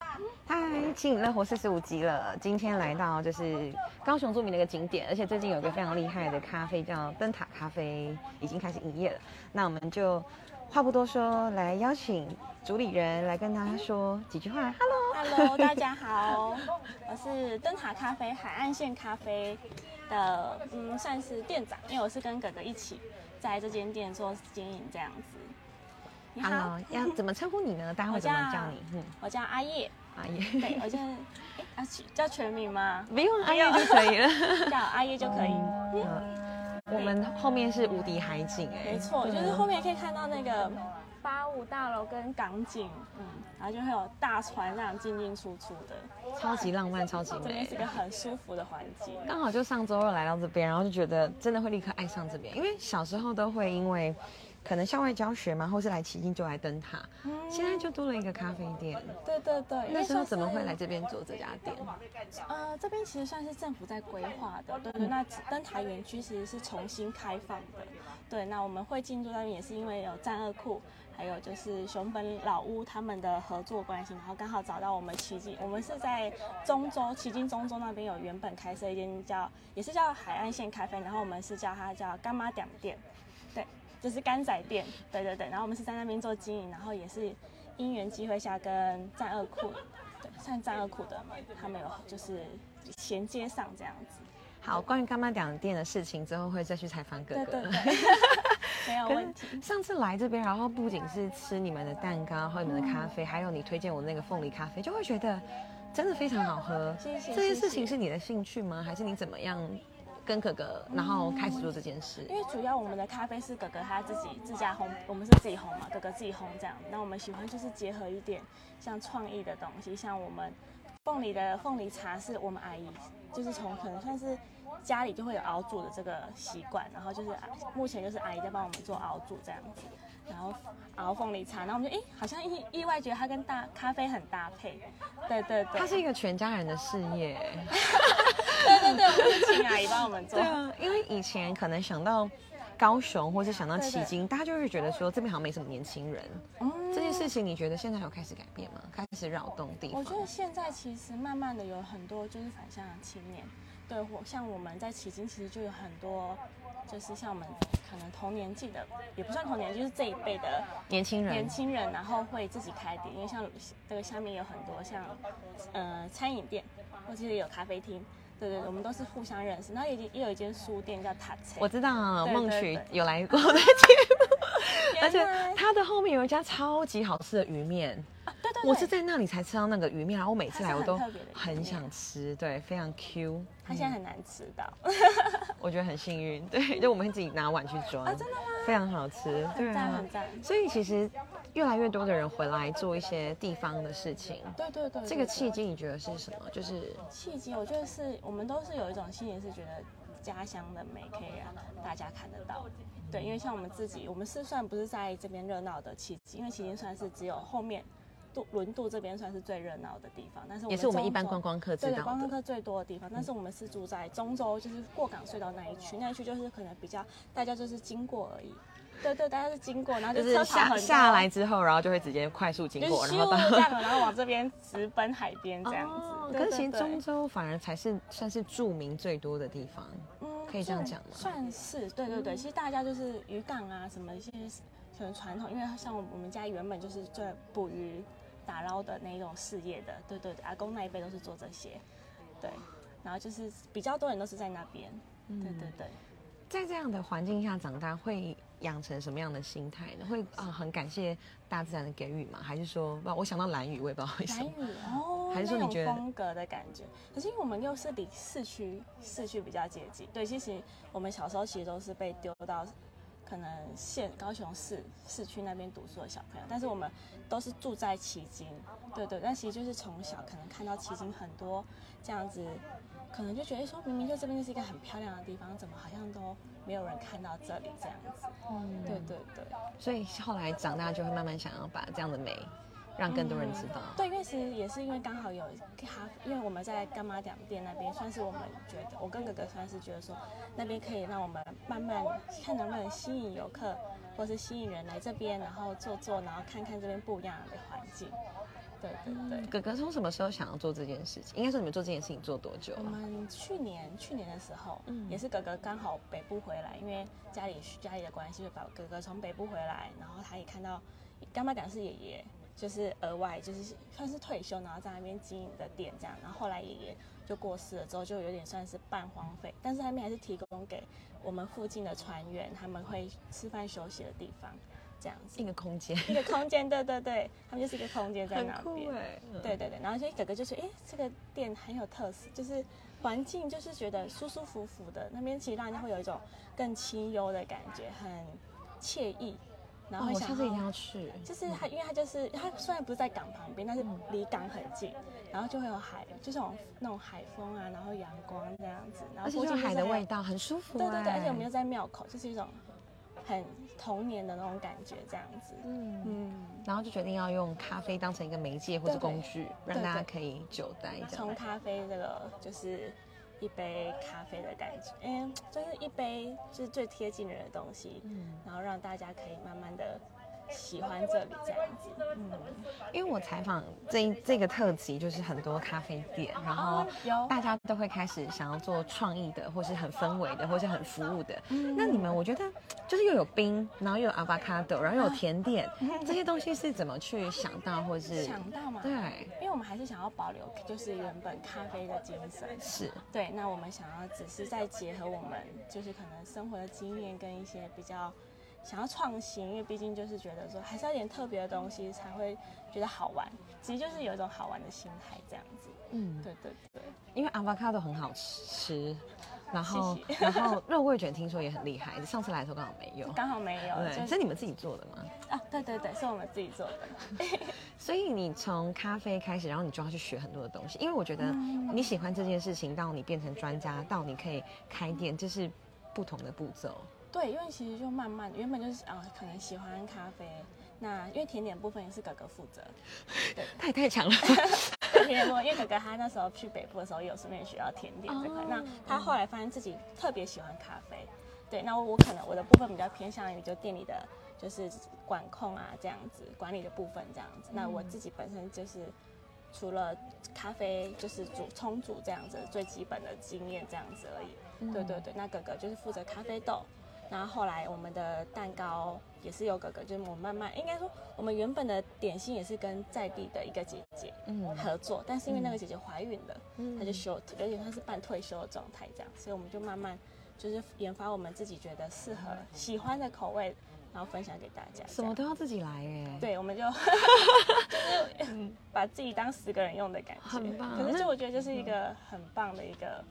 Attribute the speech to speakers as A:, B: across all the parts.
A: 嗨，吸引乐活四十五集了。今天来到就是高雄著名的一个景点，而且最近有一个非常厉害的咖啡叫灯塔咖啡，已经开始营业了。那我们就话不多说，来邀请主理人来跟大家说几句话。Hello，
B: Hello，大家好，我是灯塔咖啡海岸线咖啡的，嗯，算是店长，因为我是跟哥哥一起在这间店做经营这样子。你好
A: Hello，要 怎么称呼你呢？大家会
B: 我
A: 怎
B: 叫
A: 么叫你？嗯，啊
B: 我叫阿叶，
A: 阿
B: 对
A: 姨，
B: 我叫，哎、啊取叫全名吗？
A: 不用阿姨就可以了。
B: 叫阿叶就可以。
A: 嗯 我们后面是无敌海景，哎，
B: 没错，就是
A: 嗯
B: 后面可以看到那个八五大楼跟港景，嗯，然后就会有大船这样进进出出的，
A: 超级浪漫，超级
B: 这边
A: 美
B: 是。个很舒服的环境。
A: 刚好就上周二来到这边，然后就觉得真的会立刻爱上这边，因为小时候都会因为可能校外教学嘛，或是来奇境就来灯塔，
B: 嗯
A: 现在就多了一个咖啡店。
B: 对对对，因为
A: 那时候
B: 算是
A: 怎么会来这边做这家店？
B: 呃，这边其实算是政府在规划的，对对。那灯塔园区其实是重新开放的，对。那我们会进驻那边也是因为有战二库，还有就是熊本老屋他们的合作关系，然后刚好找到我们奇境，我们是在中州奇境中州那边有原本开设一间叫也是叫海岸线咖啡，然后我们是叫它叫干妈点店，对，就是干仔店，对对对。然后我们是在那边做经营，然后也是因缘机会下跟战二库。对，像战二库的，他们有就是衔接上这样子。
A: 好，关于干妈两店的事情之后会再去采访哥
B: 对
A: 哥
B: 对。对， 没有问题。
A: 上次来这边，然后不仅是吃你们的蛋糕和你们的咖啡，还有你推荐我那个凤梨咖啡，就会觉得真的非常好喝。
B: 谢谢
A: 这件
B: 谢
A: 事
B: 谢
A: 情是你的兴趣吗？还是你怎么样跟哥哥，然后开始做这件事？
B: 因为主要我们的咖啡是哥哥他自己自家烘，我们是自己烘嘛，哥哥自己烘这样。那我们喜欢就是结合一点像创意的东西，像我们凤梨的凤梨茶是我们阿姨就是从可能算是家里就会有熬煮的这个习惯，然后就是啊目前就是阿姨在帮我们做熬煮这样子，然后熬凤梨茶，然后我们就诶好像意意外觉得它跟大咖啡很搭配，对对对，
A: 它是一个全家人的事 业。
B: 对对对，我们是请阿姨帮我们做
A: 对。啊，因为以前可能想到高雄或是想到
B: 对
A: 旗
B: 对
A: 津，大家就会觉得说这边好像没什么年轻人。
B: 嗯
A: 这件事情你觉得现在有开始改变吗？开始扰动地
B: 我
A: 方？
B: 觉得现在其实慢慢的有很多就是返乡的青年，对，我像我们在迄今其实就有很多，就是像我们可能同年纪的，也不算同年纪，就是这一辈的
A: 年轻人
B: 年轻人，然后会自己开店，因为像这个下面有很多像，呃，餐饮店，或者是有咖啡厅，对对对，我们都是互相认识。然后也也有一间书店叫塔菜，
A: 我知道啊
B: 对
A: 梦
B: 对
A: 曲
B: 对
A: 有来过 的节目，
B: 原
A: 而且
B: 来
A: 它的后面有一家超级好吃的鱼面，
B: 啊对对对，
A: 我是在那里才吃到那个鱼面，然后我每次来我都
B: 它是很特别的鱼面
A: 很想吃，对，非常 Q，嗯
B: 他现在很难吃到，
A: 我觉得很幸运，对，就我们会自己拿碗去装，
B: 啊真的吗
A: 非常好吃，对
B: 很赞
A: 啊
B: 很，赞，
A: 所以其实越来越多的人回来做一些地方的事情，
B: 对对对，
A: 这个
B: 对
A: 契机你觉得是什么？就是
B: 契机，我觉得是我们都是有一种心里是觉得家乡的美可以让大家看得到，对，因为像我们自己，我们是算不是在这边热闹的契机，因为迄今算是只有后面渡轮渡这边算是最热闹的地方，但是我
A: 也是我们一般
B: 中州
A: 观光客知
B: 对
A: 道
B: 观光
A: 的，
B: 客最多的地方，但是我们是住在中州，就是过港隧道那一区，那一区就是可能比较大家就是经过而已，对对，大家是经过，然后
A: 就
B: 就是车潮
A: 下
B: 很
A: 下
B: 高
A: 来之后，然后就会直接快速经
B: 就
A: 过，
B: 是
A: 然
B: 咻
A: 后到
B: 这样，然后往这边直奔海边 这样子。
A: 哦
B: 对
A: 可是
B: 对
A: 其实
B: 对
A: 中州反而才是算是著名最多的地方。
B: 嗯
A: 可以这样讲吗嗯
B: 算算是对对对，其实大家就是渔港啊，什么一些可能传统，因为像我们家原本就是做捕鱼、打捞的那种事业的，对对对，阿公那一辈都是做这些，对，然后就是比较多人都是在那边，嗯对对对。
A: 在这样的环境下长大，会养成什么样的心态呢？会啊、很感谢大自然的给予吗？还是说，不，我想到蓝雨，我也不知道为什
B: 蓝
A: 么
B: 雨。哦，
A: 还是说
B: 那
A: 你
B: 种
A: 觉得
B: 风格的感觉？可是因为我们又是离市区市区比较接近，对，其实我们小时候其实都是被丢到可能县高雄市市区那边读书的小朋友，但是我们都是住在旗津，对对，但其实就是从小可能看到旗津很多这样子，可能就觉得诶说明明就这边就是一个很漂亮的地方，怎么好像都没有人看到这里这样子？对对对。
A: 所以后来长大就会慢慢想要把这样的美，让更多人知道。
B: 嗯对，因为其实也是因为刚好有咖，因为我们在干妈两店那边，算是我们觉得，我跟哥哥算是觉得说，那边可以让我们慢慢看能不能吸引游客，或是吸引人来这边，然后坐坐，然后看看这边不一样的环境。对对对。
A: 哥哥从什么时候想要做这件事情？应该说你们做这件事情做多久啊
B: 我
A: 了？
B: 们去年去年的时候，
A: 嗯
B: 也是哥哥刚好北部回来，因为家里家里的关系，就把哥哥从北部回来，然后他也看到干妈讲是爷爷，就是额外就是算是退休，然后在那边经营的店这样，然后后来爷爷就过世了之后，就有点算是半荒废，但是他们还是提供给我们附近的船员，他们会吃饭休息的地方，这样子
A: 一个空间，
B: 一个空间，对对对，他们就是一个空间 在
A: 很
B: 那边
A: 酷。哎。嗯
B: 对，对对，然后所以哥哥就说，哎，这个店很有特色，就是环境就是觉得舒舒服服的，那边其实让人家会有一种更清幽的感觉，很惬意，然后
A: 哦，
B: 会
A: 我
B: 想
A: 下
B: 要、
A: 次一定要去。嗯
B: 就是它，因为它就是它虽然不是在港旁边，但是离港很近，然后就会有海，就是那种那种海风啊，然后阳光这样子，然后
A: 而且
B: 附
A: 就
B: 近
A: 是海的
B: 还有
A: 味道，很舒服。欸
B: 对对对，而且我们又
A: 有，
B: 在庙口，就是一种很童年的那种感觉这样子，
A: 嗯，
B: 嗯。
A: 然后就决定要用咖啡当成一个媒介或者
B: 对
A: 工具，
B: 对
A: 让大家
B: 对
A: 可以久待这
B: 冲
A: 样。
B: 咖啡这个就是一杯咖啡的感觉，嗯，就是一杯就是最贴近人的东西，
A: 嗯
B: 然后让大家可以慢慢的喜欢这里这样子，嗯，
A: 因为我采访这一这个特辑，就是很多咖啡店，然后
B: 哦有
A: 大家都会开始想要做创意的，或是很氛围的，或是很服务的。那你们，我觉得就是又有冰，然后又有 avocado，然后又有甜点，这些东西是怎么去想到，或是
B: 啊想到嘛，
A: 对，啊
B: 因为我们还是想要保留就是原本咖啡的精神，
A: 是
B: 对，那我们想要只是再结合我们就是可能生活的经验跟一些比较想要创新，因为毕竟就是觉得说还是要点特别的东西才会觉得好玩，其实就是有一种好玩的心态这样子。
A: 嗯，
B: 对对对，
A: 因为 avocado 很好吃，然后
B: 谢谢
A: 然后肉桂卷听说也很厉害，上次来的时候刚好没有。
B: 刚好没有，
A: 对，
B: 就是
A: 你们自己做的吗？
B: 啊，对对对，是我们自己做的。
A: 所以你从咖啡开始，然后你就要去学很多的东西，因为我觉得
B: 嗯
A: 你喜欢这件事情，到你变成专家，到你可以开店，这是不同的步骤。
B: 对，因为其实就慢慢，原本就是啊、可能喜欢咖啡，那因为甜点部分也是哥哥负责，
A: 太太强了，
B: 对甜点部分，因为哥哥他那时候去北部的时候，也有顺便学到甜点这块。
A: 哦
B: 那他后来发现自己特别喜欢咖啡，对，那我我可能我的部分比较偏向于就店里的就是管控啊这样子，管理的部分这样子。那我自己本身就是。除了咖啡就是煮冲煮这样子最基本的经验这样子而已，对对对，那哥哥就是负责咖啡豆，然后后来我们的蛋糕也是由哥哥，就是我们慢慢应该说我们原本的点心也是跟在地的一个姐姐
A: 嗯
B: 合作，但是因为那个姐姐怀孕了，
A: 嗯
B: 她就休，有点像是半退休的状态这样，所以我们就慢慢就是研发我们自己觉得适合喜欢的口味，然后分享给大家。
A: 什么都要自己来耶。，
B: 对，我 们就 就是把自己当十个人用的感觉，
A: 很棒
B: 可是
A: 那
B: 就我觉得这是一个很棒的一个，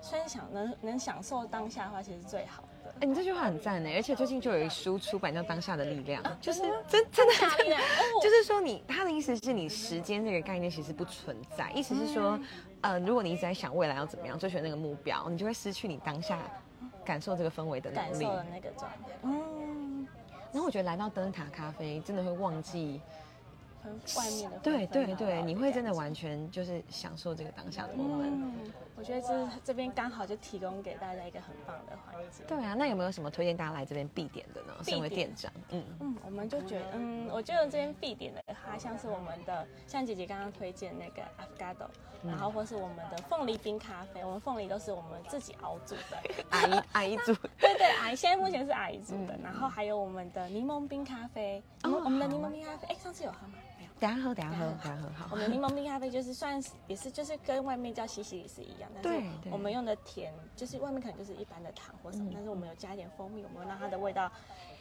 B: 虽然享能能享受当下的话，其实是最好的。
A: 哎，你这句话很赞呢，而且最近就有一书出版叫《当下的力量》，
B: 啊
A: 就是真真的
B: 大力量，哦
A: 就是说你，他的意思是你时间这个概念其实不存在，意思是
B: 嗯
A: 说，呃，如果你一直在想未来要怎么样追求那个目标，你就会失去你当下感受这个氛围的
B: 感
A: 能
B: 受
A: 力。
B: 的那个状态，嗯，
A: 然后我觉得来到灯塔咖啡，真的会忘记，
B: 很外面的
A: 对
B: 纷纷
A: 对
B: 扰扰
A: 对，你会真的
B: 感觉。
A: 完全就是享受这个当下的 moment。
B: 嗯，我觉得这这边刚好就提供给大家一个很棒的环境。
A: 对啊，那有没有什么推荐大家来这边必点的呢？身为
B: 必点
A: 店长，嗯，
B: 嗯，我们就觉得，嗯，我觉得这边必点的它像是我们的，像姐姐刚刚推荐那个 Afgado，、然
A: 嗯
B: 后或是我们的凤梨冰咖啡，我们凤梨都是我们自己熬煮 的，
A: 阿姨阿姨 组，
B: 对对，阿姨现在目前是阿姨煮的，然后还有我们的柠檬冰咖啡，
A: 嗯哦
B: 我们的
A: 好哦
B: 柠檬冰咖啡，哎，上次有喝吗？没有。
A: 等一下喝，等一下喝
B: 等一，
A: 等一下喝，好
B: 我。们柠檬冰咖啡就是算是也是就是跟外面叫西西里是一样，但是
A: 对对
B: 我们用的甜就是外面可能就是一般的糖或什么，
A: 嗯
B: 但是我们有加一点蜂蜜，我们让它的味道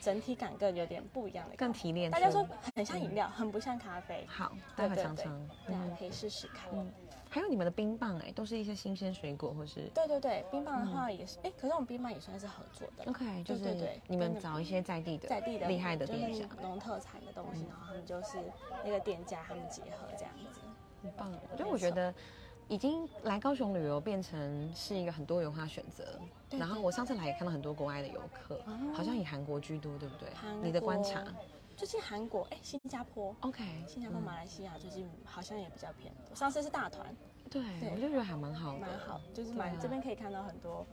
B: 整体感更有点不一样的感
A: 更
B: 觉。
A: 提炼出。
B: 大家说很像饮料，很不像咖啡，
A: 好，待
B: 对
A: 会
B: 对
A: 尝
B: 对
A: 尝。
B: 大家
A: 嗯
B: 可以试试看。
A: 还有你们的冰棒哎、都是一些新鲜水果或是
B: 对对对，冰棒的话也是，哎，可是我们冰棒也算是合作的，
A: OK，就
B: 对
A: 是
B: 对对
A: 你们
B: 真的
A: 找一些在地的、
B: 在地的
A: 厉害的
B: 就是
A: 店家，嗯
B: 农特产的东西，然后他们就是那个店家他们结合这样子。
A: 很棒。就我觉得。已经来高雄旅游变成是一个很多元化选择，
B: 对
A: 然后我上次来也看到很多国外的游客，
B: 哦
A: 好像以韩国居多，对不对？
B: 韩
A: 你的观察
B: 国最近韩国，哎，新加坡，
A: ，OK，
B: 新
A: 嗯
B: 加坡、马来西亚最近好像也比较偏多。上次是大团，
A: 嗯对，
B: 对
A: 我就觉得还蛮好的，
B: 蛮好，就是
A: 对
B: 蛮
A: 啊
B: 这边可以看到很多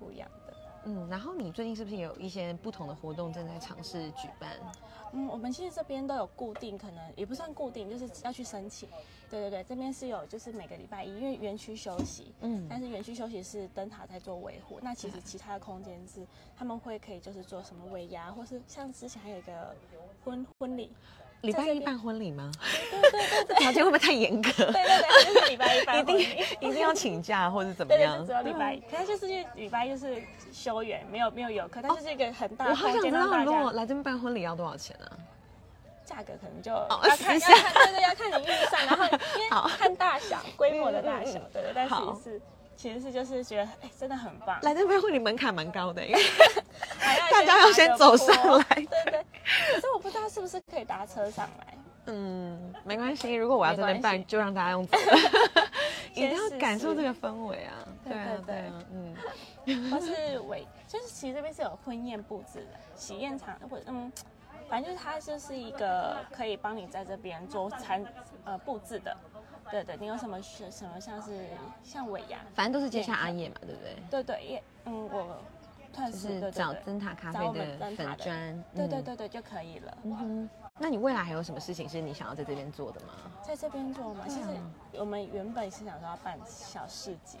B: 不一样的。
A: 嗯，然后你最近是不是也有一些不同的活动正在尝试举办？
B: 嗯，我们其实这边都有固定，可能也不算固定，就是要去申请。对对对，这边是有，就是每个礼拜一，因为园区休息，
A: 嗯
B: 但是园区休息是灯塔在做维护，那其实其他的空间是他们会可以就是做什么尾牙，或是像之前还有一个婚婚礼，
A: 礼拜
B: 这
A: 一
B: 边
A: 办婚礼吗？
B: 对对对对
A: 条件会不会太严格？
B: 对对对，就是礼拜一办
A: 一
B: 婚礼
A: 定一定要请假或者怎么
B: 对对，
A: 样嗯
B: 就只？有礼拜一，可是就是因为礼拜一就是休园，没有没有游客，但就是一个很大
A: 哦我
B: 的
A: 好
B: 空
A: 想知
B: 间让
A: 道，
B: 大
A: 如果
B: 家，
A: 来这边办婚礼要多少钱啊？
B: 价格可能就要
A: 哦
B: 看
A: 私
B: 要
A: 下
B: 看对对要看你预算， 然后因为
A: 好
B: 看大小规模的大小
A: 嗯嗯嗯，
B: 对对，但
A: 好
B: 其实是其实是就是觉得哎真的很棒，
A: 来这边婚礼门槛蛮高的，因为
B: 还
A: 大家要先
B: 爬个
A: 走
B: 坡
A: 上来
B: 对对，可是我不知道是不是可以搭车上来，
A: 嗯，没关系，如果我要在那边
B: 没关
A: 办，
B: 系
A: 就让大家 用走的，一定要感受
B: 先
A: 这
B: 试
A: 个氛围啊！
B: 对
A: 对啊
B: 对，
A: 对啊，嗯，
B: 或是尾，就是其实这边是有婚宴布置的，喜宴场或者嗯，反正就是它就是一个可以帮你在这边做餐呃布置的。对对，你有什么需什么像是像尾牙，
A: 反正都是接下阿叶嘛，对不对？
B: 对对也嗯我算
A: 就是
B: 对
A: 是
B: 对
A: 找
B: 对，
A: 灯塔咖
B: 找我
A: 啡
B: 们
A: 的
B: 灯塔
A: 粉
B: 的
A: 砖，
B: 对
A: 嗯
B: 对。对对就可以了。
A: 嗯哼，那你未来还有什么事情是你想要在这边做的吗？
B: 在这边做嘛，其实
A: 嗯
B: 我们原本是想说要办小市集，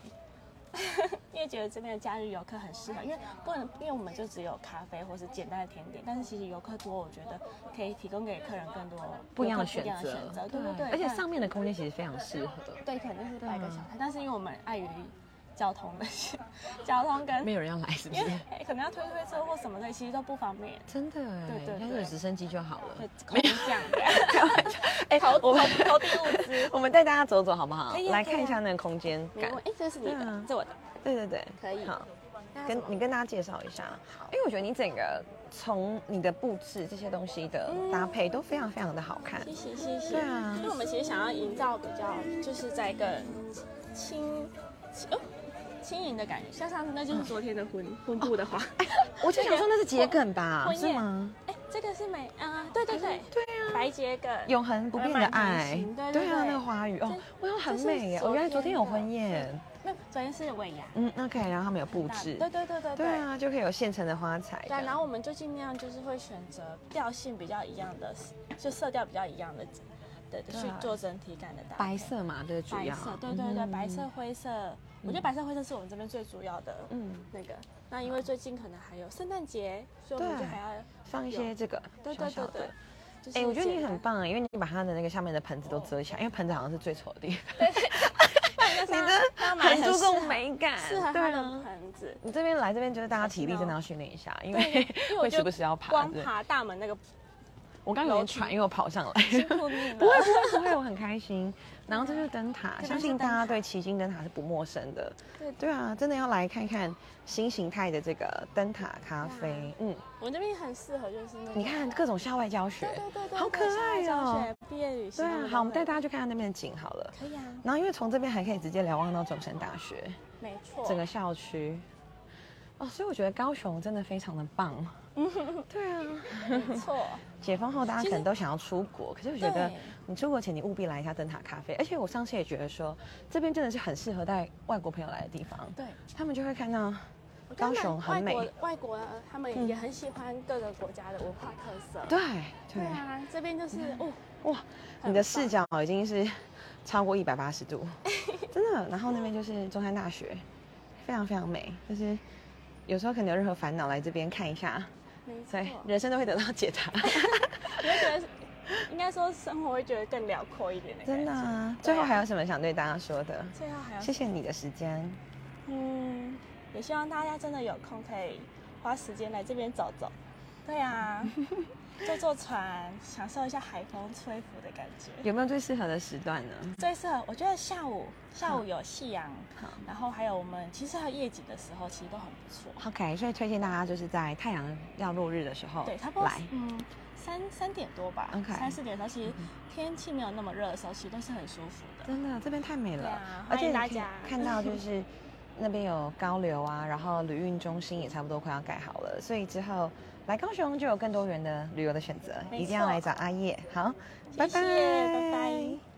B: 因为觉得这边的假日游客很适合，因为不能，因为我们就只有咖啡或是简单的甜点，但是其实游客多，我觉得可以提供给客人更多
A: 不一样的
B: 游客
A: 选
B: 不一样
A: 择
B: 的
A: 啊
B: 选择，，对对对，
A: 而且
B: 不然
A: 上面的空间其实非常适合，
B: 对可能就是摆
A: 对
B: 个
A: 啊
B: 小摊，但是因为我们碍于交通的 交通跟
A: 没有人要来，是不
B: 因为
A: 是？
B: 哎可能要推推车或什么的，其实都不方便，
A: 真的哎
B: 对，对
A: 要是
B: 对
A: 有直升机就好了
B: 会。空降的，
A: 开玩笑，哎，
B: 投投
A: 我们
B: 投递物资。
A: 我们带大家走走好不好
B: 可以？啊
A: 来
B: 可以啊
A: 看一下那个空间
B: 没
A: 感
B: 问。哎，这是你
A: 对啊
B: 的，这我的，
A: 对对对，
B: 可以
A: 好，
B: 那
A: 跟
B: 什么
A: 你跟大家介绍一下，因为我觉得你整个从你的布置这些东西的搭配都非常非常的好看。
B: 嗯谢谢谢谢。
A: 对啊
B: 因为我们其实想要营造比较就是在一个轻轻哦轻盈的感觉，像上次那就是昨天的婚
A: 哦
B: 婚布的花。
A: 我就想说那是桔梗吧，
B: 婚
A: 是
B: 宴
A: 吗？
B: 哎，这个是美啊，对对对，
A: 对啊。
B: 白桔梗。
A: 永恒不变的爱
B: 还蛮暖心，对对
A: 对啊，
B: 对
A: 那个花语哦
B: 这，
A: 我有很
B: 这是
A: 美耶！
B: 昨
A: 我原来昨天
B: 天
A: 有
B: 的
A: 婚宴，
B: 那昨天是尾牙。
A: 嗯，OK，然后他们有布
B: 那
A: 置，
B: 对对对对
A: 对。啊，就可以有现成的花材这
B: 对啊，
A: 样。
B: 然后我们就尽量就是会选择调性比较一样的，就色调比较一样的，对对，
A: 对啊
B: 去做整体感的搭配。
A: 白色嘛，这是主
B: 白
A: 要
B: 色，，对对对，
A: 嗯
B: 白色、灰色，我觉得白色、灰色是我们这边最主要的
A: 嗯，
B: 那个。那因为最近可能还有圣诞节，所以我们
A: 对
B: 就还要
A: 放一些这个
B: 对
A: 小
B: 对
A: 小
B: 对
A: 的
B: 对。。就是
A: 哎、我觉得你
B: 简单
A: 很，棒啊，因为你把它的那个下面的盆子都遮起来，因为盆子好像是最丑的地方。
B: 对
A: 你
B: 要
A: 的
B: 买
A: 很
B: 很
A: 注
B: 适
A: 重
B: 合
A: 美感，
B: 适合
A: 对
B: 它
A: 啊
B: 的。盆子。
A: 你这边来这边就是大家体力真的要训练一下，因为
B: 因为我
A: 会时
B: 就
A: 不时要爬。
B: 光
A: 对，
B: 爬大门那 个
A: 我刚刚有点喘，因为我跑上来。
B: 辛苦你了。
A: 不会不会不会，我很开心。然后这就是灯塔，
B: 这边
A: 相信
B: 是
A: 大
B: 灯
A: 家
B: 塔
A: 对奇经灯塔是不陌生的。
B: 对
A: 对啊，真的要来看看新形态的这个灯塔咖啡。嗯，
B: 我们这边很适合，就是那
A: 你
B: 种
A: 看各种校外教学
B: 对，对对对，
A: 好
B: 对
A: 可
B: 校外
A: 爱
B: 教
A: 哦
B: 学毕业旅行
A: 对
B: 他
A: 啊，
B: 们
A: 好，
B: 都
A: 我们带
B: 会
A: 大家去看看那边的景好了。
B: 可以啊，
A: 然后因为从这边还可以直接瞭望到中山大学
B: 没错，
A: 整个校区，哦，所以我觉得高雄真的非常的 棒。对啊，
B: 没错，
A: 解封后大家
B: 其
A: 可
B: 实
A: 能都想要出国，可是我觉得
B: 对
A: 你出国前你务必来一下灯塔咖啡。而且我上次也觉得说，这边真的是很适合带外国朋友来的地方，
B: 对。
A: 他们就会看到
B: 我觉
A: 高
B: 得
A: 雄很美嗯
B: 外。国外国人他们也很喜欢各个国家的文化特色。
A: 对对嗯
B: 对，啊，这边就是哦，
A: 哇，你的视角已经是超过一百八十度，真的。然后那边就是中山大学，非常非常美，就是有时候可能有任何烦恼来这边看一下，
B: 没错，
A: 对，人生都会得到解 答。
B: 你会觉得应该说生活会觉得更辽阔一点的感觉。
A: 真
B: 啊
A: 的啊！最后还有什么想对大家说的？
B: 最后还有
A: 谢谢你的时间，
B: 嗯，也希望大家真的有空可以花时间来这边走走。对啊，坐坐船，享受一下海风吹拂的感觉。
A: 有没有最适合的时段呢？
B: 最适合我觉得下午，下午有夕阳
A: 好，
B: 然后还有我们其实还有夜景的时候，其实都很不错。
A: OK，所以推荐大家就是在太阳要落日的时候，
B: 对，差不多
A: 来。
B: 嗯三三点多吧
A: OK 嗯
B: 三四点的时候，其实天气没有那么热的时候，其实都是很舒服的。
A: 真的，这边太美了，
B: 对啊
A: 而且你
B: 欢迎大
A: 可以
B: 家
A: 看到就是那边有高流啊，然后旅运中心也差不多快要盖好了，所以之后来高雄就有更多元的旅游的选择，
B: 没
A: 一定要来
B: 错
A: 找阿叶。好，拜
B: 谢谢
A: 拜，
B: 拜拜